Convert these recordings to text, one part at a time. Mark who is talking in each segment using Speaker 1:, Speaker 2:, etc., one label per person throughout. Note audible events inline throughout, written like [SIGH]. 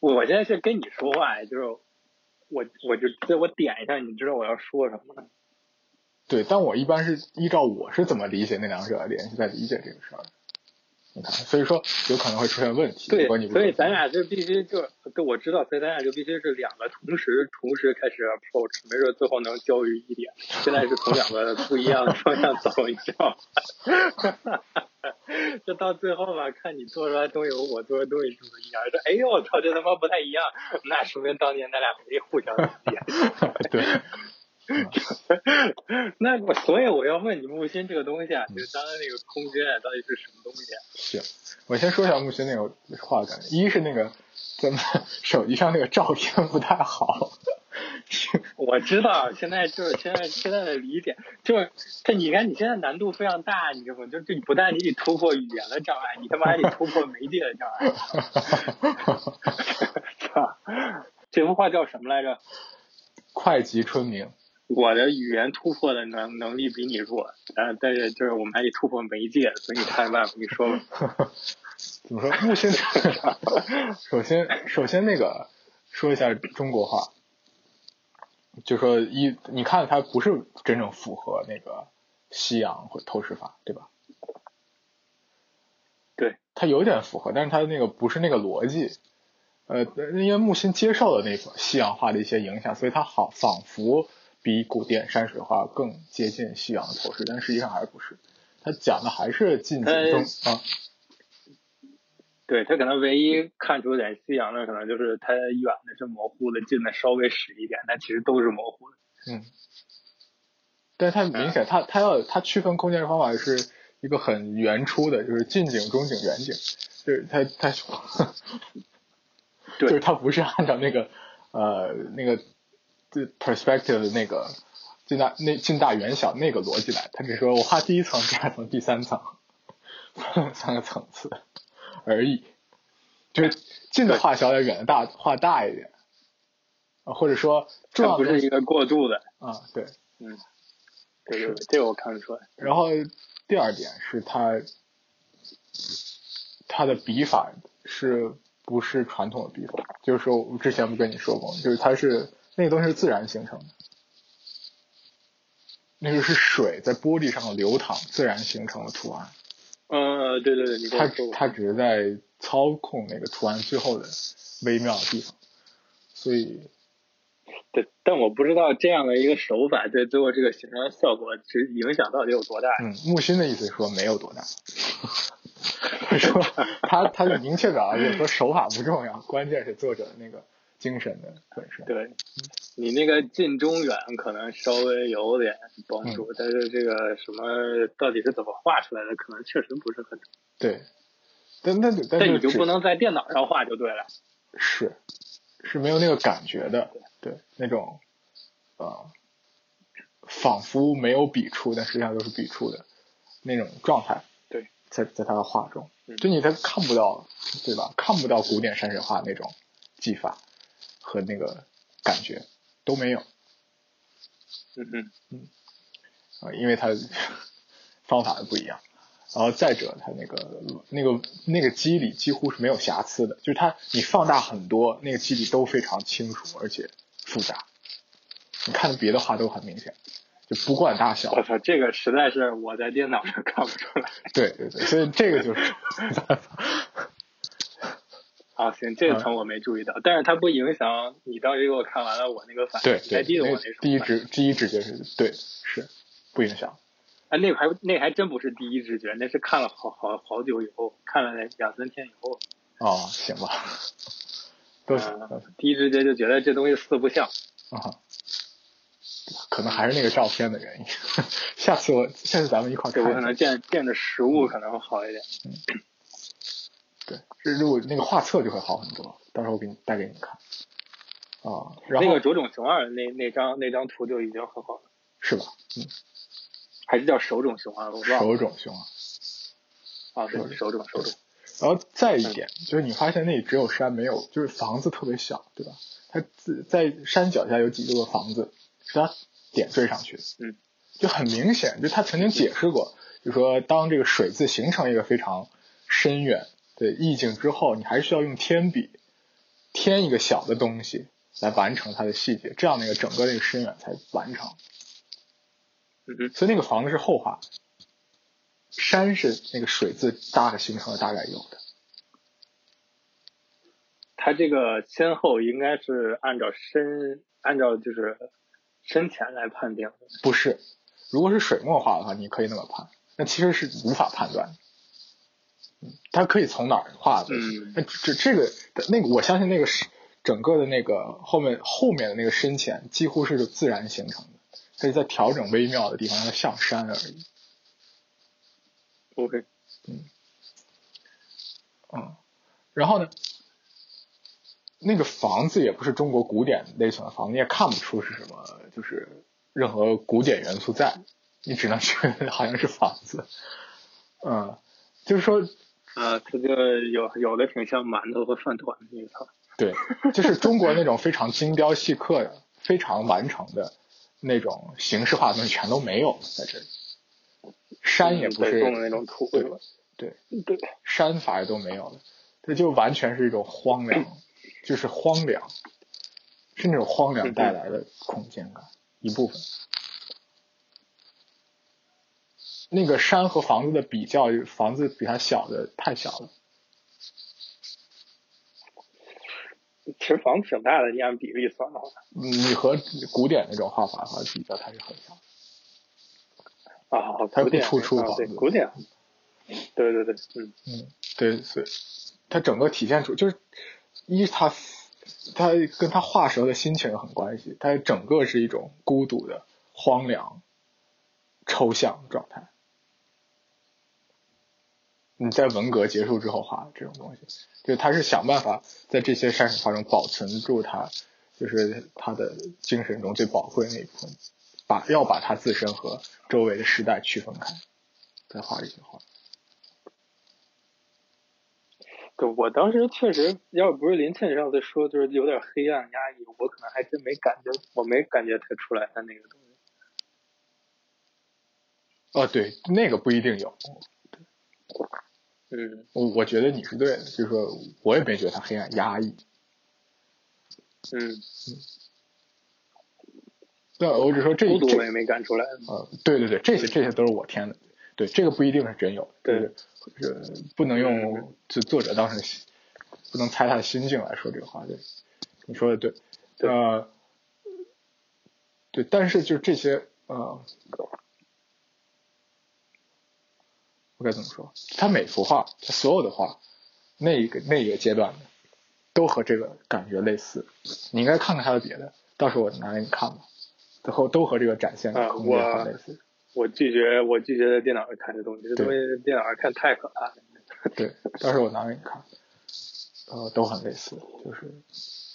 Speaker 1: 我现在是跟你说话，就是我我就对我点一下，你知道我要说什么了。
Speaker 2: 对，但我一般是依照我是怎么理解那两者的联系在理解这个事儿。你看，所以说有可能会出现问题。
Speaker 1: 对
Speaker 2: 如果你，不
Speaker 1: 所以
Speaker 2: 注意
Speaker 1: 咱俩就必须就对我知道，所以咱俩就必须是两个同时同时开始 approach，没准最后能交于一点。现在是从两个不一样的方向走，你知道吗？ [LAUGHS] 就到最后吧，看你做出来的东西和我做出来的东西是不是一样。说，哎呦，我操，这他妈不太一样，那说明当年咱俩没互相理解。
Speaker 2: [LAUGHS] 对，
Speaker 1: [LAUGHS] 那我所以我要问你木心这个东西啊，就是当时那个空间啊到底是什么东西啊？
Speaker 2: 行，我先说一下木心那个话感，一是那个咱们手机上那个照片不太好， [LAUGHS]
Speaker 1: 我知道，现在就是现在现在的理解，就是这你看你现在难度非常大，你知道吗？就就你不但你得突破语言的障碍，你他妈还得突破媒介的障碍。 [LAUGHS] 操！这幅画叫什么来着？
Speaker 2: 会稽春明。
Speaker 1: 我的语言突破的能能力比你弱，但但是就是我们还得突破媒介，所以你看吧，你说吧。
Speaker 2: 怎么说？木心，首先首先那个说一下中国话，就说一你看它不是真正符合那个西洋或透视法，对吧？
Speaker 1: 对，
Speaker 2: 它有点符合，但是它那个不是那个逻辑。呃，因为木心接受了那个西洋化的一些影响，所以它好仿佛比古典山水画更接近西洋的透视，但实际上还不是。它讲的还是近景中啊。
Speaker 1: 对他可能唯一看出点西洋的，可能就是他远的是模糊的，近的稍微实一点，但其实都是模糊的。
Speaker 2: 嗯，但是它明显，它它要它区分空间的方法是一个很原初的，就是近景、中景、远景，就是它它， [LAUGHS]
Speaker 1: 对
Speaker 2: 就是它不是按照那个呃那个这 perspective 的那个近大那近大远小那个逻辑来，它只说我画第一层、第二层、第三层 [LAUGHS] 三个层次而已，就是近的画小点，远的大画大一点。啊，或者说重
Speaker 1: 它
Speaker 2: 要
Speaker 1: 不
Speaker 2: 的东
Speaker 1: 是
Speaker 2: 西
Speaker 1: 一个过渡的，
Speaker 2: 啊，对，
Speaker 1: 对对对，这个我看得出来。
Speaker 2: 然后第二点是他他的笔法是不是传统的笔法？就是说我之前不跟你说过吗，就是它是那个东西是自然形成的，那个是水在玻璃上流淌自然形成的图案，
Speaker 1: 嗯，对对对，你跟
Speaker 2: 它
Speaker 1: 我说过。
Speaker 2: 它只是在操控那个图案最后的微妙的地方，所以
Speaker 1: 对，但我不知道这样的一个手法对最后这个形成的效果只影响到底有多大。
Speaker 2: 嗯，木心的意思是说没有多大， [LAUGHS] 他说他他就明确表达就是说手法不重要，关键是作者那个精神的本身。
Speaker 1: 对，你那个近中远可能稍微有点
Speaker 2: 嗯
Speaker 1: 帮助，但是这个什么到底是怎么画出来的，可能确实不是很。
Speaker 2: 对，但但但
Speaker 1: 但
Speaker 2: 是
Speaker 1: 你就
Speaker 2: 只
Speaker 1: 不能在电脑上画就对了。
Speaker 2: 是是没有那个感觉的，对那种呃仿佛没有笔触，但实际上都是笔触的那种状态。
Speaker 1: 对，
Speaker 2: 在在他的画中
Speaker 1: 嗯，
Speaker 2: 就你他看不到，对吧？看不到古典山水画那种技法和那个感觉都没有。
Speaker 1: 嗯嗯。
Speaker 2: 啊，因为它方法不一样。然后再者，它那个那个那个肌理几乎是没有瑕疵的，就是它你放大很多，那个肌理都非常清楚而且复杂。你看别的画都很明显，就不管大小
Speaker 1: 我，操，这个实在是我在电脑上看不出来
Speaker 2: 对对对，所以这个就是， [LAUGHS]
Speaker 1: 啊。行，这个层我没注意到，但是它不影响你当时给我看完了我那个反应。
Speaker 2: 对
Speaker 1: 你还
Speaker 2: 对，
Speaker 1: 记得我
Speaker 2: 那
Speaker 1: 那
Speaker 2: 个
Speaker 1: 什么
Speaker 2: 第一
Speaker 1: 吗
Speaker 2: 直第一直觉是对，是不影响。
Speaker 1: 啊，那个还那个还真不是第一直觉，那是看了好好好久以后，看了两三天以后，
Speaker 2: 哦，行吧， [LAUGHS] 都行
Speaker 1: 嗯
Speaker 2: 都行
Speaker 1: 第一直觉就觉得这东西四不像。
Speaker 2: 啊，可能还是那个照片的原因。下次我下次咱们一块儿
Speaker 1: 对
Speaker 2: 看
Speaker 1: 我可
Speaker 2: 一下。
Speaker 1: 能见见着实物可能好一点。
Speaker 2: 对，这如果那个画册就会好很多，到时候我给你带给你看。啊，然
Speaker 1: 那
Speaker 2: 后、
Speaker 1: 个手冢雄二那那张那张图就已经很好了，
Speaker 2: 是吧？嗯，
Speaker 1: 还是叫手冢雄二，我忘了
Speaker 2: 手冢凶啊。
Speaker 1: 啊，对
Speaker 2: 手，
Speaker 1: 手冢手冢。
Speaker 2: 然后再一点，就是你发现那里只有山，没有就是房子特别小，对吧？它自在山脚下有几座房子，是它点缀上去的。
Speaker 1: 嗯，
Speaker 2: 就很明显，就他曾经解释过，就说当这个水字形成一个非常深远的意境之后，你还需要用添笔添一个小的东西来完成它的细节，这样那个整个那个深远才完成。
Speaker 1: 嗯哼，
Speaker 2: 所以那个房子是后话，山是那个水字大的形成的大概有的。
Speaker 1: 它这个先后应该是按照深，按照就是深浅来判定的。
Speaker 2: 不是，如果是水墨画的话，你可以那么判，那其实是无法判断的。嗯，它可以从哪儿画的？
Speaker 1: 嗯
Speaker 2: 那这这个那个，我相信那个是整个的那个后面后面的那个深浅几乎是自然形成的，它是在调整微妙的地方，让它像山而已。
Speaker 1: OK，
Speaker 2: 嗯，然后呢，那个房子也不是中国古典类型的房子，你也看不出是什么，就是任何古典元素在，你只能觉得好像是房子。嗯，就是说
Speaker 1: 啊，它就有有的挺像馒头和饭团的那个汤。
Speaker 2: 对，就是中国那种非常精雕细刻的、非常完成的那种形式化的东西全都没有在这里。山也不
Speaker 1: 北
Speaker 2: 是，
Speaker 1: 宋的嗯那种土，
Speaker 2: 对
Speaker 1: 是吧
Speaker 2: 对
Speaker 1: 对，
Speaker 2: 山法都没有了，这就完全是一种荒凉，就是荒凉，是那种荒凉带来的空间感一部分。那个山和房子的比较，房子比它小的太小了，
Speaker 1: 其实房子挺大的，你按比例算的话，
Speaker 2: 嗯你和古典那种画法的话比较，它是很小的。
Speaker 1: 啊，
Speaker 2: 它
Speaker 1: 古典
Speaker 2: 不突出
Speaker 1: 啊
Speaker 2: 房，
Speaker 1: 对，
Speaker 2: 子
Speaker 1: 古典，对对对，嗯，
Speaker 2: 嗯，对，所以它整个体现出就是一它它跟他画时候的心情有很关系，它整个是一种孤独的、荒凉、抽象状态。你在文革结束之后画这种东西，就是他是想办法在这些山水画中保存住它，就是他的精神中最宝贵的那一部分，把要把它自身和周围的时代区分开，再画这些画。
Speaker 1: 对我当时确实，要不是林倩上次说就是有点黑暗压抑，我可能还真没感觉，我没感觉他出来他那个东西。
Speaker 2: 哦，对，那个不一定有。
Speaker 1: 嗯，
Speaker 2: 我我觉得你是对的，就是说我也没觉得他黑暗压抑。
Speaker 1: 嗯，
Speaker 2: 对，我只说这
Speaker 1: 孤独
Speaker 2: 这
Speaker 1: 我也没感出来。嗯
Speaker 2: 呃，对对对，这些这些都是我添的。对，这个不一定是真有的，
Speaker 1: 对
Speaker 2: 就是，呃不能用就作者当时的心不能猜他的心境来说这个话。对，你说的对，
Speaker 1: 对
Speaker 2: 呃，对，但是就是这些呃，我该怎么说？他每幅画，他所有的画，那一个那一个阶段的，都和这个感觉类似。你应该看看他的别的，到时候我拿给你看吧。最后都和这个展现的
Speaker 1: 啊
Speaker 2: 空间
Speaker 1: 我
Speaker 2: 很类似。
Speaker 1: 我拒绝，我拒绝在电脑上看这东西，这
Speaker 2: 对
Speaker 1: 东西电脑上看太可怕了。
Speaker 2: 对，到时候我拿给你看，呃，都很类似，就是，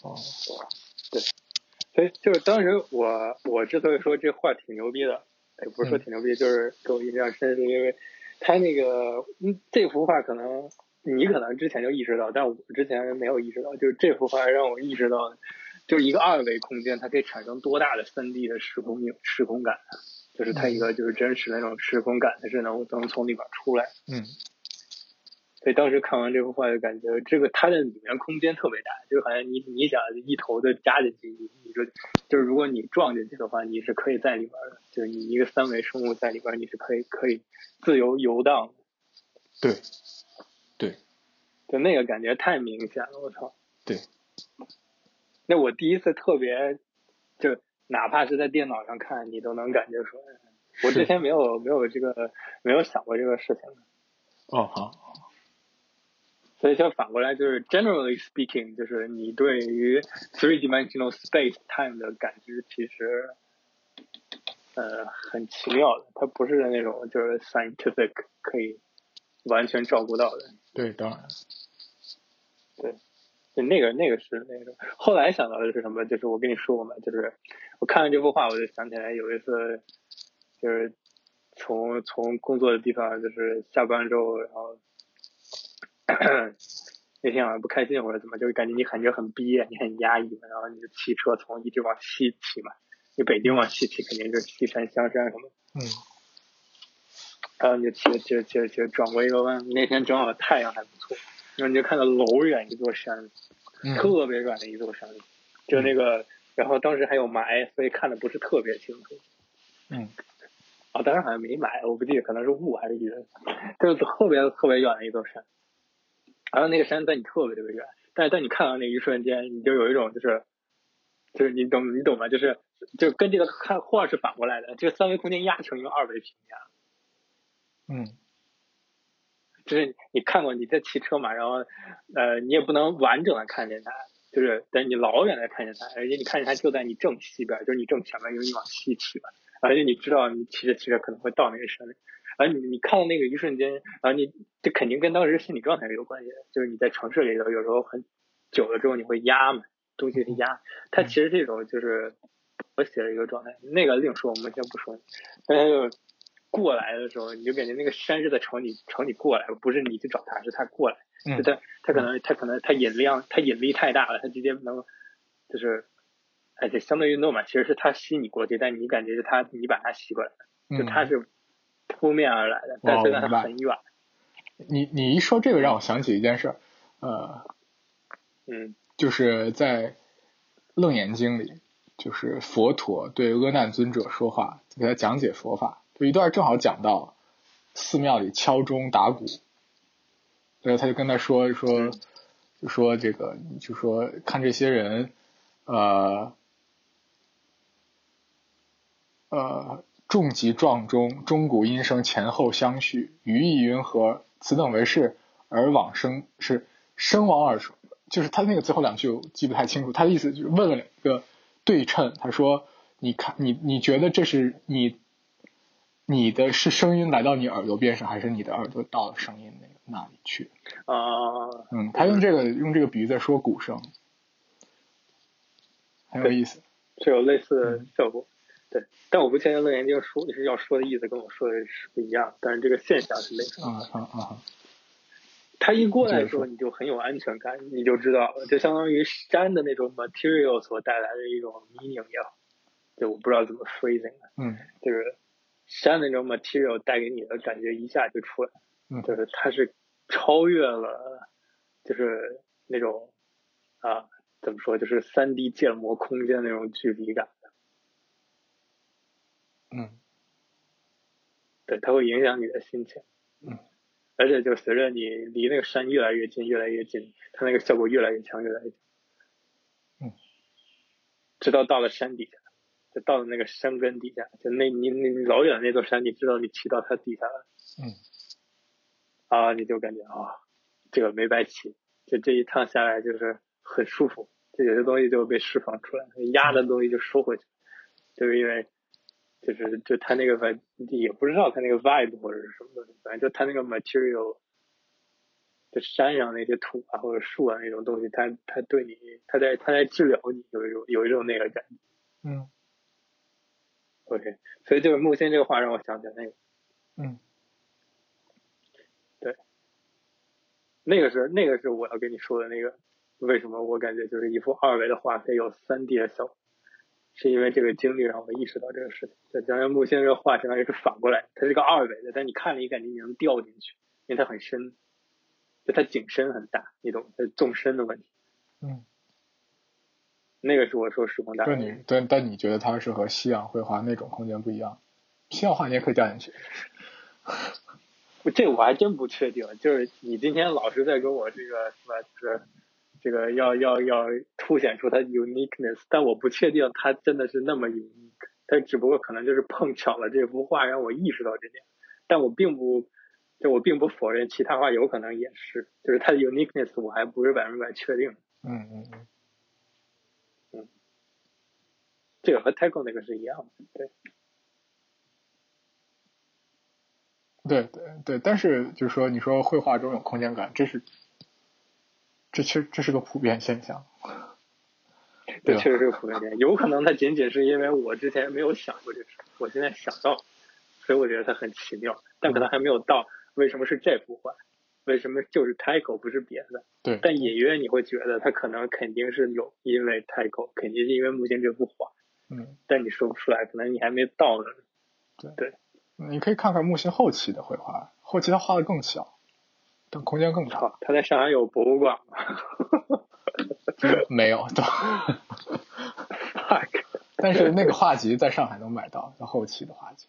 Speaker 2: 哦，
Speaker 1: 所以就是当时我我之所以说这画挺牛逼的，也不是说挺牛逼，就是给我印象深，是因为他那个嗯这幅画可能你可能之前就意识到，但我之前没有意识到，就是这幅画让我意识到，就是一个二维空间它可以产生多大的三 D 的时空有时空感，啊就是它一个就是真实的那种时空感，它是能能从里边出来的。
Speaker 2: 嗯，
Speaker 1: 所以当时看完这幅画就感觉，这个它的里面空间特别大，就好像你你想一头的扎进去，你你就就是如果你撞进去的话，你是可以在里边儿的，就是你一个三维生物在里边儿，你是可以可以自由游荡的，
Speaker 2: 对，
Speaker 1: 就那个感觉太明显了，我操！
Speaker 2: 对，
Speaker 1: 那我第一次特别，就哪怕是在电脑上看，你都能感觉出来。我
Speaker 2: 是
Speaker 1: 之前没有没有这个没有想过这个事情，
Speaker 2: 哦好，
Speaker 1: 所以就反过来，就是 generally speaking，就是你对于 three dimensional space time 的感知，其实，呃，很奇妙的，它不是那种就是 scientific 可以完全照顾到的。
Speaker 2: 对，当然，
Speaker 1: 就那个那个是那个。后来想到的是什么？就是我跟你说过嘛，就是我看完这幅画，我就想起来有一次，就是从从工作的地方，就是下班之后，然后 [CLEARS THROAT] 那天好像不开心或者怎么，就是感觉你感觉很憋，你很压抑嘛，然后你就骑车从一直往西骑嘛，你北京往西骑肯定就是西山香山什么的。
Speaker 2: 嗯
Speaker 1: 然后你就骑着骑着骑着骑着转过一个弯，那天正好太阳还不错，然后你就看到楼远一座山，
Speaker 2: 嗯
Speaker 1: 特别软的一座山，就那个，然后当时还有霾，所以看的不是特别清楚。
Speaker 2: 嗯，
Speaker 1: 啊，当时好像没霾，我不记得可能是雾还是云，就是走特别特别远的一座山，然后那个山在你特别特别远，但是当你看到那一瞬间，你就有一种就是，就是你懂你懂吗？就是就跟这个看画是反过来的，这个三维空间压成一个二维平面，
Speaker 2: 嗯
Speaker 1: 就是你看过你在骑车嘛，然后呃你也不能完整的看见它，就是但你老远的看见它，而且你看见它就在你正西边，就是你正前面，因为你往西骑嘛，而且你知道你骑着骑着可能会到那个山里，而你你看到那个一瞬间，然后你这肯定跟当时心理状态是有关系的，就是你在城市里头有时候很久了之后你会压嘛，东西会压，它其实这种就是和谐的一个状态，那个另说，我们先不说，但它就。过来的时候，你就感觉那个山是在朝你朝你过来，不是你去找它，是它过来。
Speaker 2: 嗯
Speaker 1: 就它它可能它可能它引量它引力太大了，它直接能就是，而且相对运动嘛，其实是它吸你过去，但你感觉是它你把它吸过来，就
Speaker 2: 嗯，
Speaker 1: 它是扑面而来的，但
Speaker 2: 哦
Speaker 1: 虽然
Speaker 2: 明白
Speaker 1: 它很远，
Speaker 2: 你你一说这个让我想起一件事儿，呃，
Speaker 1: 嗯
Speaker 2: 就是在《楞严经》里，就是佛陀对阿难尊者说话，给他讲解佛法，就一段正好讲到寺庙里敲钟打鼓，然后他就跟他说说，就说这个，就说看这些人，呃，呃，重疾撞钟，钟鼓音声前后相续，余意云何？此等为是而往生是生往耳熟，就是他那个最后两句我记不太清楚，他的意思就是问了两个对称，他说你看你你觉得这是你你的是声音来到你耳朵边上，还是你的耳朵到了声音那个那里去？
Speaker 1: 啊、
Speaker 2: 嗯，他用这个用这个比喻在说鼓声，很有意思。
Speaker 1: 是有类似
Speaker 2: 嗯
Speaker 1: 的效果。对，但我不确定《楞严经》说是要说的意思跟我说的是不一样，但是这个现象是类似的。
Speaker 2: 啊啊啊！
Speaker 1: 它一过来的时
Speaker 2: 就是
Speaker 1: 候，
Speaker 2: 说
Speaker 1: 你就很有安全感，你就知道了，就相当于山的那种 material 所带来的一种 meaning 也好，就我不知道怎么 phrasing，啊
Speaker 2: 嗯
Speaker 1: 就是山的那种 material 带给你的感觉一下就出来，
Speaker 2: 嗯
Speaker 1: 就是它是超越了，就是那种啊怎么说，就是三 D 建模空间那种距离感，
Speaker 2: 嗯
Speaker 1: 对，它会影响你的心情。
Speaker 2: 嗯，
Speaker 1: 而且就随着你离那个山越来越近，越来越近，它那个效果越来越强，越来越强。
Speaker 2: 嗯，
Speaker 1: 直到到了山底下，就到了那个山根底下，就那你你你老远那座山，你知道你骑到它底下了。
Speaker 2: 嗯。
Speaker 1: 啊，你就感觉啊、这个没白骑，就这一趟下来就是很舒服，就有些东西就被释放出来，压的东西就收回去，就是因为就是就他那个 vi- 也不知道他那个 vibe 或者是什么东西，反正就他那个 material，就山上那些土啊或者树啊那种东西，他他对你，他在他在治疗你，有一种有一种那个感觉。
Speaker 2: 嗯
Speaker 1: OK，所以就是木心这个话让我想起来那个，
Speaker 2: 嗯
Speaker 1: 那个是那个是我要跟你说的那个，为什么我感觉就是一幅二维的画可以有三 D 的效果，是因为这个经历让我意识到这个事情。就将来木星这个画相当于是反过来，它是个二维的，但你看了一感觉你能掉进去，因为它很深，就它景深很大，你懂，它纵深的问题。
Speaker 2: 嗯，
Speaker 1: 那个是我说时空大
Speaker 2: 就
Speaker 1: 革
Speaker 2: 是
Speaker 1: 命
Speaker 2: 你但但你觉得它是和西洋绘画那种空间不一样？西洋画你也可以掉进去。
Speaker 1: 这我还真不确定，就是你今天老是在跟我这个什么，就是这个要要要凸显出它 uniqueness，但我不确定它真的是那么 unique，它只不过可能就是碰巧了这幅画让我意识到这点，但我并不，就我并不否认其他画有可能也是，就是它的 uniqueness 我还不是百分之百确定，
Speaker 2: 嗯嗯嗯
Speaker 1: 这个和 t a c o 那个是一样的，对，
Speaker 2: 对对对，但是就是说，你说绘画中有空间感，这是，这其实这是个普遍现象。
Speaker 1: 这
Speaker 2: 对吧
Speaker 1: 确实是个普遍点，有可能它仅仅是因为我之前没有想过这事，我现在想到了，所以我觉得它很奇妙，但
Speaker 2: 嗯
Speaker 1: 可能还没有到为什么是这幅画，为什么就是 Tycho 不是别的，
Speaker 2: 对，
Speaker 1: 但隐约你会觉得它可能肯定是有，因为 Tycho 肯定是因为目前这幅画，
Speaker 2: 嗯，
Speaker 1: 但你说不出来，可能你还没到呢。
Speaker 2: 你可以看看木心后期的绘画，后期他画的更小，但空间更大。
Speaker 1: 好，他在上海有博物馆吗？
Speaker 2: 没有的。
Speaker 1: Fuck，
Speaker 2: 但是那个画集在上海能买到，就后期的画集，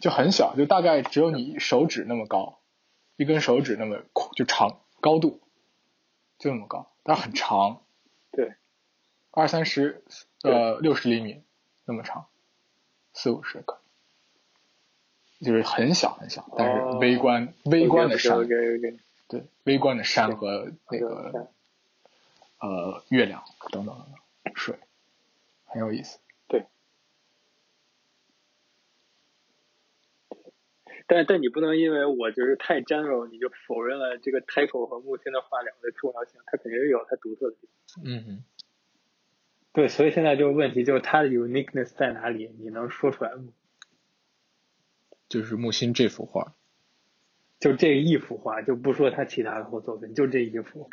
Speaker 2: 就很小，就大概只有你手指那么高，一根手指那么就长高度，就那么高，但是很长，
Speaker 1: 对，
Speaker 2: 二三十呃六十厘米那么长，四五十克，就是很小很小，但是
Speaker 1: 哦
Speaker 2: 微观、微观的山，
Speaker 1: OK OK，
Speaker 2: 对微观的山和那个呃月亮等等等等水，很有意思。
Speaker 1: 但但你不能因为我就是太 general，你就否认了这个 title 和木星的画两个的重要性，它肯定是有它独特的地方。
Speaker 2: 嗯嗯。
Speaker 1: 对，所以现在这个问题就是它的 uniqueness 在哪里？你能说出来吗？
Speaker 2: 就是木心这幅画。
Speaker 1: 就这一幅画，就不说他其他的后作品，就这一幅。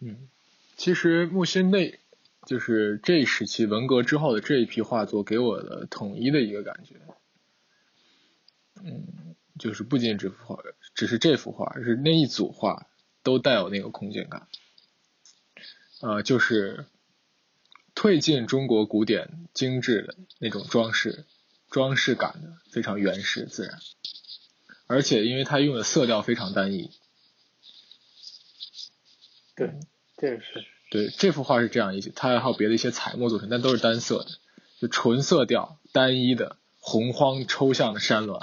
Speaker 2: 嗯，其实木心那，就是这一时期文革之后的这一批画作，给我的统一的一个感觉，嗯，就是不仅这幅画，只是这幅画，是那一组画都带有那个空间感，呃，就是褪尽中国古典精致的那种装饰，装饰感的非常原始自然，而且因为它用的色调非常单一，
Speaker 1: 对，这个是
Speaker 2: 对，这幅画是这样一些，它还有别的一些彩墨组成，但都是单色的，就纯色调、单一的洪荒抽象的山峦。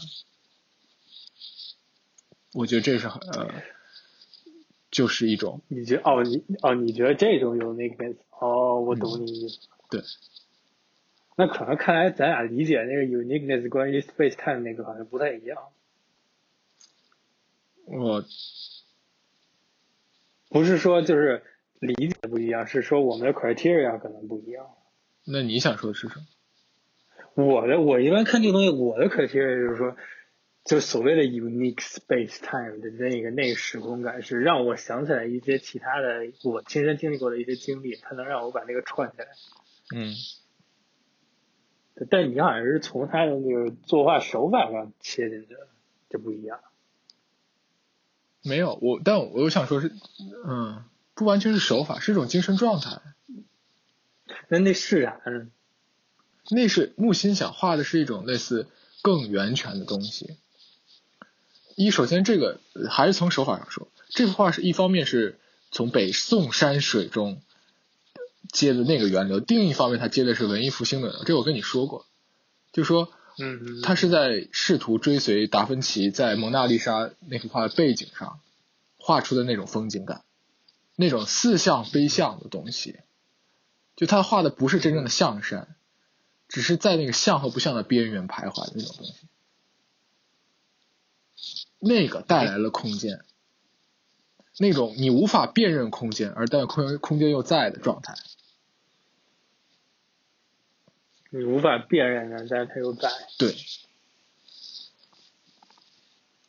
Speaker 2: 我觉得这是很呃，就是一种
Speaker 1: 你觉哦你哦你觉得这种有 uniqueness？哦，我懂你意思。
Speaker 2: 对，
Speaker 1: 那可能看来咱俩理解那个 uniqueness 关于 space time 那个好像不太一样。
Speaker 2: 我
Speaker 1: 不是说就是理解不一样，是说我们的 criteria 可能不一样。
Speaker 2: 那你想说的是什么？
Speaker 1: 我的我一般看这个东西，我的 criteria 就是说，就所谓的 unique space time 的那个那个时空感，是让我想起来一些其他的我亲身经历过的一些经历，它能让我把那个串起来。
Speaker 2: 嗯，
Speaker 1: 对但你好像是从他的那个作画手法上切进去的，这不一样。
Speaker 2: 没有我，但我我想说是，嗯，不完全是手法，是一种精神状态。
Speaker 1: 那那是啥呢？
Speaker 2: 那是木心想画的是一种类似更源泉的东西。一，首先这个呃还是从手法上说，这幅画是一方面是从北宋山水中接的那个源流，另一方面它接的是文艺复兴的流，这我跟你说过，就说
Speaker 1: 嗯，嗯
Speaker 2: 他是在试图追随达芬奇在《蒙娜丽莎》那幅画的背景上画出的那种风景感，那种似像非像的东西。就他画的不是真正的象山，只是在那个像和不像的边缘徘徊的那种东西。那个带来了空间，那种你无法辨认空间，而但空空间又在的状态。
Speaker 1: 你无法辨认的，但是它又在。
Speaker 2: 对，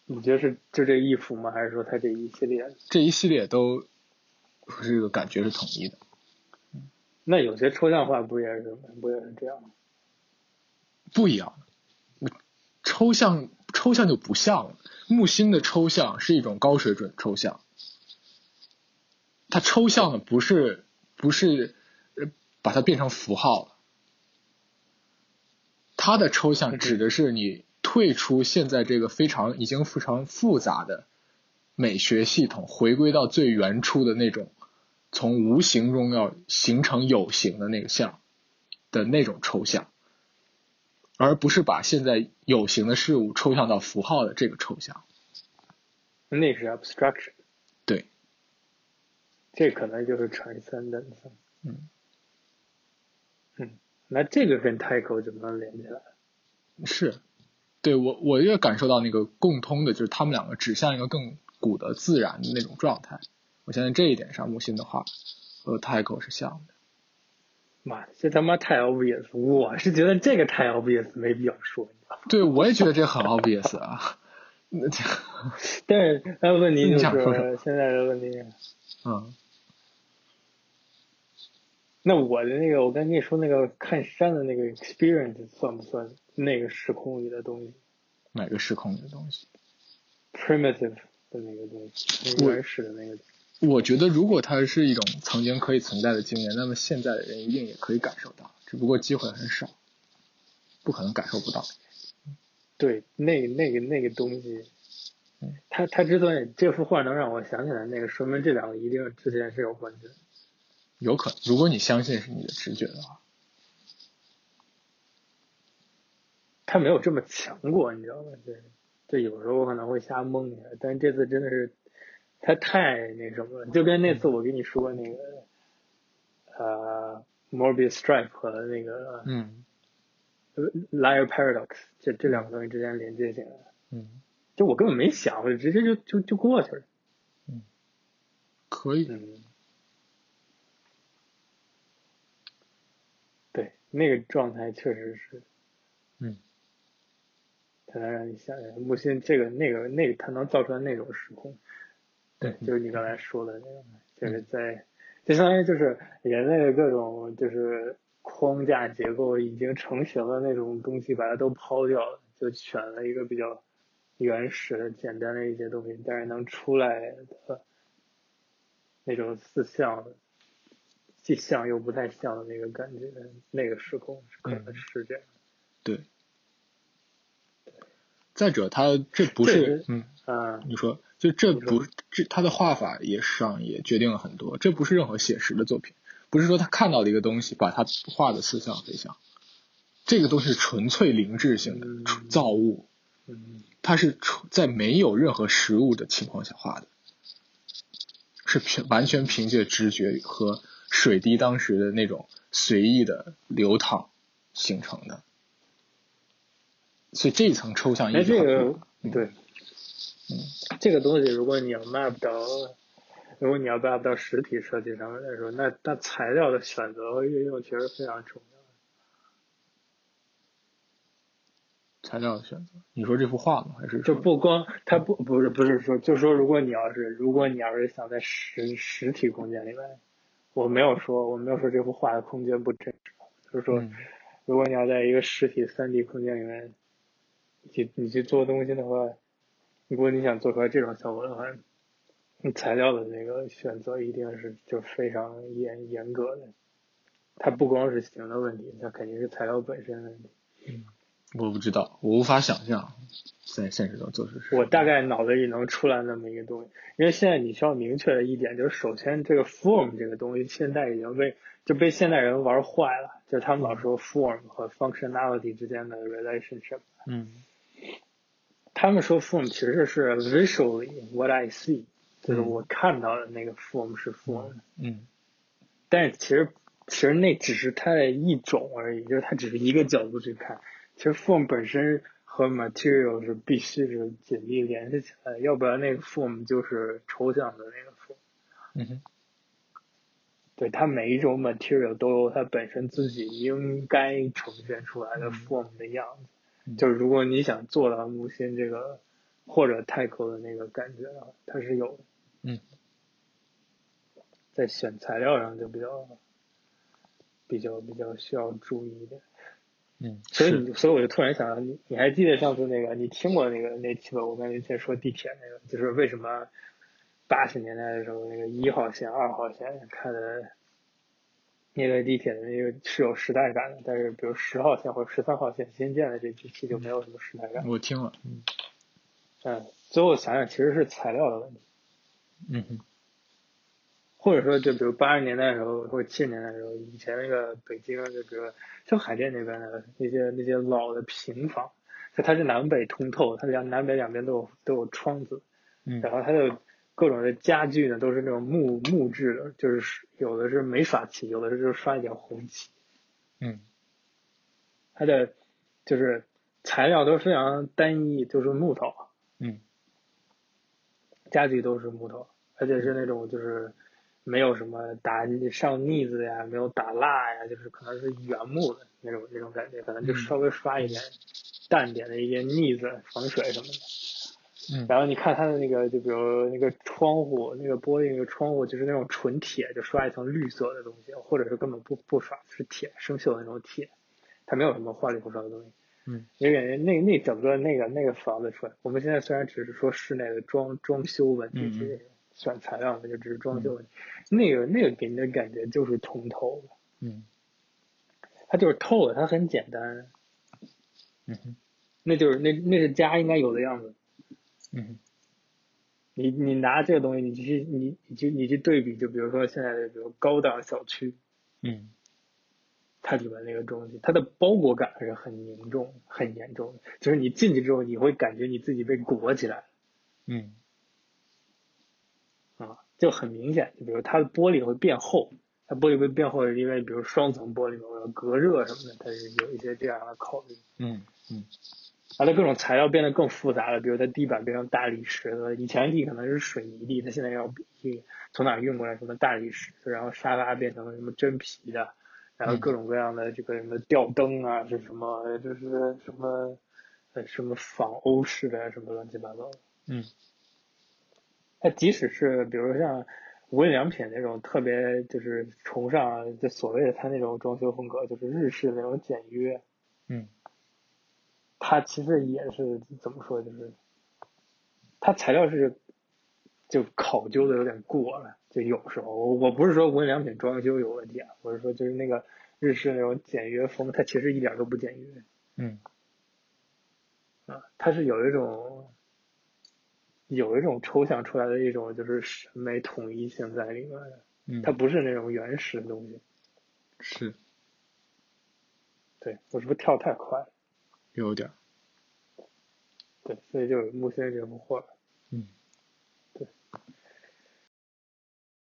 Speaker 1: 你觉得是就这一幅吗？还是说它这一系列的？
Speaker 2: 这一系列都这个感觉是统一的。
Speaker 1: 那有些抽象画不也是不也是这样吗？
Speaker 2: 不一样。抽象抽象就不像了，木心的抽象是一种高水准抽象，它抽象的不是不是呃把它变成符号了，它的抽象指的是你退出现在这个非常已经非常复杂的美学系统，回归到最原初的那种从无形中要形成有形的那个像的那种抽象。而不是把现在有形的事物抽象到符号的这个抽象。
Speaker 1: 那是 abstraction，
Speaker 2: 对，
Speaker 1: 这可能就是 transcendence。
Speaker 2: 嗯
Speaker 1: 嗯，那这个跟 Tycho 怎么能连起来？
Speaker 2: 是，对我我越感受到那个共通的，就是他们两个指向一个更古的自然的那种状态。我相信这一点上，木心的话和泰戈是像的。
Speaker 1: 妈，这他妈太 obvious！我是觉得这个太 obvious，没必要说。你知道吗
Speaker 2: 对，我也觉得这很 obvious 啊。那这，
Speaker 1: 但是，但问题就
Speaker 2: 你想说什
Speaker 1: 是现在的问题。
Speaker 2: 嗯
Speaker 1: 那我的那个，我刚跟你说那个看山的那个 experience 算不算那个时空里的东西
Speaker 2: 哪个时空的东西？
Speaker 1: ，primitive 的那个东西，那个原始的那个东西。
Speaker 2: 我觉得如果它是一种曾经可以存在的经验，那么现在的人一定也可以感受到，只不过机会很少，不可能感受不到。
Speaker 1: 对，那个那个那个东西
Speaker 2: 嗯，
Speaker 1: 它它之所以这幅画能让我想起来那个，说明这两个一定之前是有关系的。
Speaker 2: 有可能，如果你相信是你的直觉的话，
Speaker 1: 它没有这么强过，你知道吗？就是就有时候我可能会瞎蒙一下，但这次真的是它太那什么了，就跟那次我跟你说那个呃 Morbius Stripe 和那个
Speaker 2: 嗯
Speaker 1: 呃 Liar Paradox 这这两个东西之间连接起来，
Speaker 2: 嗯，
Speaker 1: 就我根本没想，我直接就就就过去了。
Speaker 2: 可以，
Speaker 1: 嗯，对，那个状态确实是，
Speaker 2: 嗯，
Speaker 1: 才能让你想起来木心这个那个那个，它能造出来那种时空，
Speaker 2: 对
Speaker 1: 就是你刚才说的那种，就是在就相当于就是人类的各种就是框架结构已经成型的那种东西，把它都抛掉了，就选了一个比较原始的、简单的一些东西，但是能出来的那种四象，既像又不太像的那个感觉，那个时空是可能是这样。
Speaker 2: 对。再者，它这不
Speaker 1: 对
Speaker 2: 是
Speaker 1: 对
Speaker 2: 嗯，
Speaker 1: 嗯，
Speaker 2: 你说就这
Speaker 1: 你说
Speaker 2: 不这它的画法也上也决定了很多，这不是任何写实的作品，不是说他看到的一个东西把它画的似像非像，这个东西是纯粹灵智性的
Speaker 1: 嗯
Speaker 2: 纯造物，
Speaker 1: 嗯
Speaker 2: 它是处在没有任何实物的情况下画的，是凭完全凭借直觉和水滴当时的那种随意的流淌形成的。所以这一层抽象意
Speaker 1: 哎，
Speaker 2: 义
Speaker 1: 这
Speaker 2: 很
Speaker 1: 个
Speaker 2: 嗯
Speaker 1: 对，嗯这个东西，如果你要 map 到，如果你要 map 到实体设计上面来说，那那材料的选择和运用其实非常重要。
Speaker 2: 材料的选择。你说这幅画吗？还是
Speaker 1: 就
Speaker 2: 说
Speaker 1: 不光它不不是不是说，就说如果你要是如果你要是想在实实体空间里面，我没有说我没有说这幅画的空间不真实，就是说
Speaker 2: 嗯
Speaker 1: 如果你要在一个实体三 D 空间里面，你去你去做东西的话，如果你想做出来这种效果的话，你材料的那个选择一定是就非常严严格的。它不光是形的问题，它肯定是材料本身的问题。
Speaker 2: 我不知道，我无法想象在现实中做出是
Speaker 1: 我大概脑子里能出来那么一个东西，因为现在你需要明确的一点就是，首先这个 form 这个东西现在已经被就被现代人玩坏了，就是他们老说 form 和 functionality 之间的 relationship。
Speaker 2: 嗯
Speaker 1: 他们说 form 其实是 visually what I see，就是
Speaker 2: 嗯
Speaker 1: 我看到的那个 form 是 form，、
Speaker 2: 嗯
Speaker 1: 但是其实其实那只是它的一种而已，就是它只是一个角度去看。其实 form 本身和 material 是必须是紧密联系起来的，要不然那个 form 就是抽象的那个 form。
Speaker 2: 嗯哼
Speaker 1: 对，它每一种 material 都有它本身自己应该呈现出来的 form 的样子。
Speaker 2: 嗯
Speaker 1: 就是如果你想做到木心这个或者太空的那个感觉的话，它是有的。
Speaker 2: 嗯，
Speaker 1: 在选材料上就比较比较比较需要注意一点。
Speaker 2: 嗯，
Speaker 1: 所以
Speaker 2: 是
Speaker 1: 你，所以我就突然想到，你你还记得上次那个你听过那个那期吧？我跟你在说地铁那个，就是为什么八十年代的时候，那个一号线、二号线它的那个地铁的那个是有时代感的，但是比如十号线或者十三号线新建的这几期就没有什么时代感。
Speaker 2: 我听了，嗯
Speaker 1: 嗯，最后想想其实是材料的问题，
Speaker 2: 嗯哼
Speaker 1: 或者说就比如八十年代的时候或者七十年代的时候，以前那个北京就比如像海淀那边的那些那些老的平房，就它是南北通透，它两南北两边都有都有窗子，
Speaker 2: 嗯
Speaker 1: 然后它的各种的家具呢都是那种木木质的，就是有的是没刷漆，有的是就刷一点红漆，
Speaker 2: 嗯
Speaker 1: 它的就是材料都是非常单一，就是木头，
Speaker 2: 嗯
Speaker 1: 家具都是木头，而且是那种就是没有什么打上腻子呀，没有打蜡呀，就是可能是原木的那种那种感觉，可能就
Speaker 2: 嗯
Speaker 1: 稍微刷一点淡点的一些腻子、防水什么的。
Speaker 2: 嗯
Speaker 1: 然后你看它的那个，就比如那个窗户，那个玻璃那个窗户，就是那种纯铁，就刷一层绿色的东西，或者是根本不不刷，是铁生锈的那种铁，它没有什么花里胡哨的东西。
Speaker 3: 嗯，
Speaker 1: 也感觉那那整个那个那个房子出来，我们现在虽然只是说室内的装装修问题，
Speaker 2: 嗯
Speaker 1: 其实选材料那就只是装修问题，那个那个给你的感觉就是通透的，
Speaker 2: 嗯
Speaker 1: 它就是透的，它很简单，
Speaker 2: 嗯哼
Speaker 1: 那就是那那是家应该有的样子。
Speaker 2: 嗯哼
Speaker 1: 你你拿这个东西，你去你你去你去对比，就比如说现在的比如高档小区，
Speaker 2: 嗯
Speaker 1: 它里面那个东西，它的包裹感还是很凝重、很严重的。就是你进去之后，你会感觉你自己被裹起来
Speaker 2: 嗯
Speaker 1: 啊，就很明显。就比如它的玻璃会变厚，它玻璃会变厚，是因为比如双层玻璃嘛，为了隔热什么的，它是有一些这样的考虑。
Speaker 2: 嗯嗯
Speaker 1: 它的各种材料变得更复杂了，比如它地板变成大理石了，以前地可能是水泥地，它现在要地从哪儿运过来什么大理石，然后沙发变成什么真皮的，然后各种各样的这个什么吊灯啊，是什么就是什么呃什么仿欧式的啊什么乱七八糟的。
Speaker 2: 嗯
Speaker 1: 它即使是比如像无印良品那种特别就是崇尚啊就所谓的它那种装修风格，就是日式那种简约，
Speaker 2: 嗯
Speaker 1: 它其实也是怎么说，就是它材料是就考究的有点过了，就有时候我我不是说无印良品装修有问题啊，我是说就是那个日式那种简约风，它其实一点都不简约
Speaker 2: 嗯
Speaker 1: 啊，它是有一种有一种抽象出来的一种就是审美统一性在里面的，
Speaker 2: 嗯，
Speaker 1: 它不是那种原始的东西。
Speaker 2: 是
Speaker 1: 对我是不是跳太快了？
Speaker 2: 有点儿。
Speaker 1: 对，所以就是木心这幅画儿，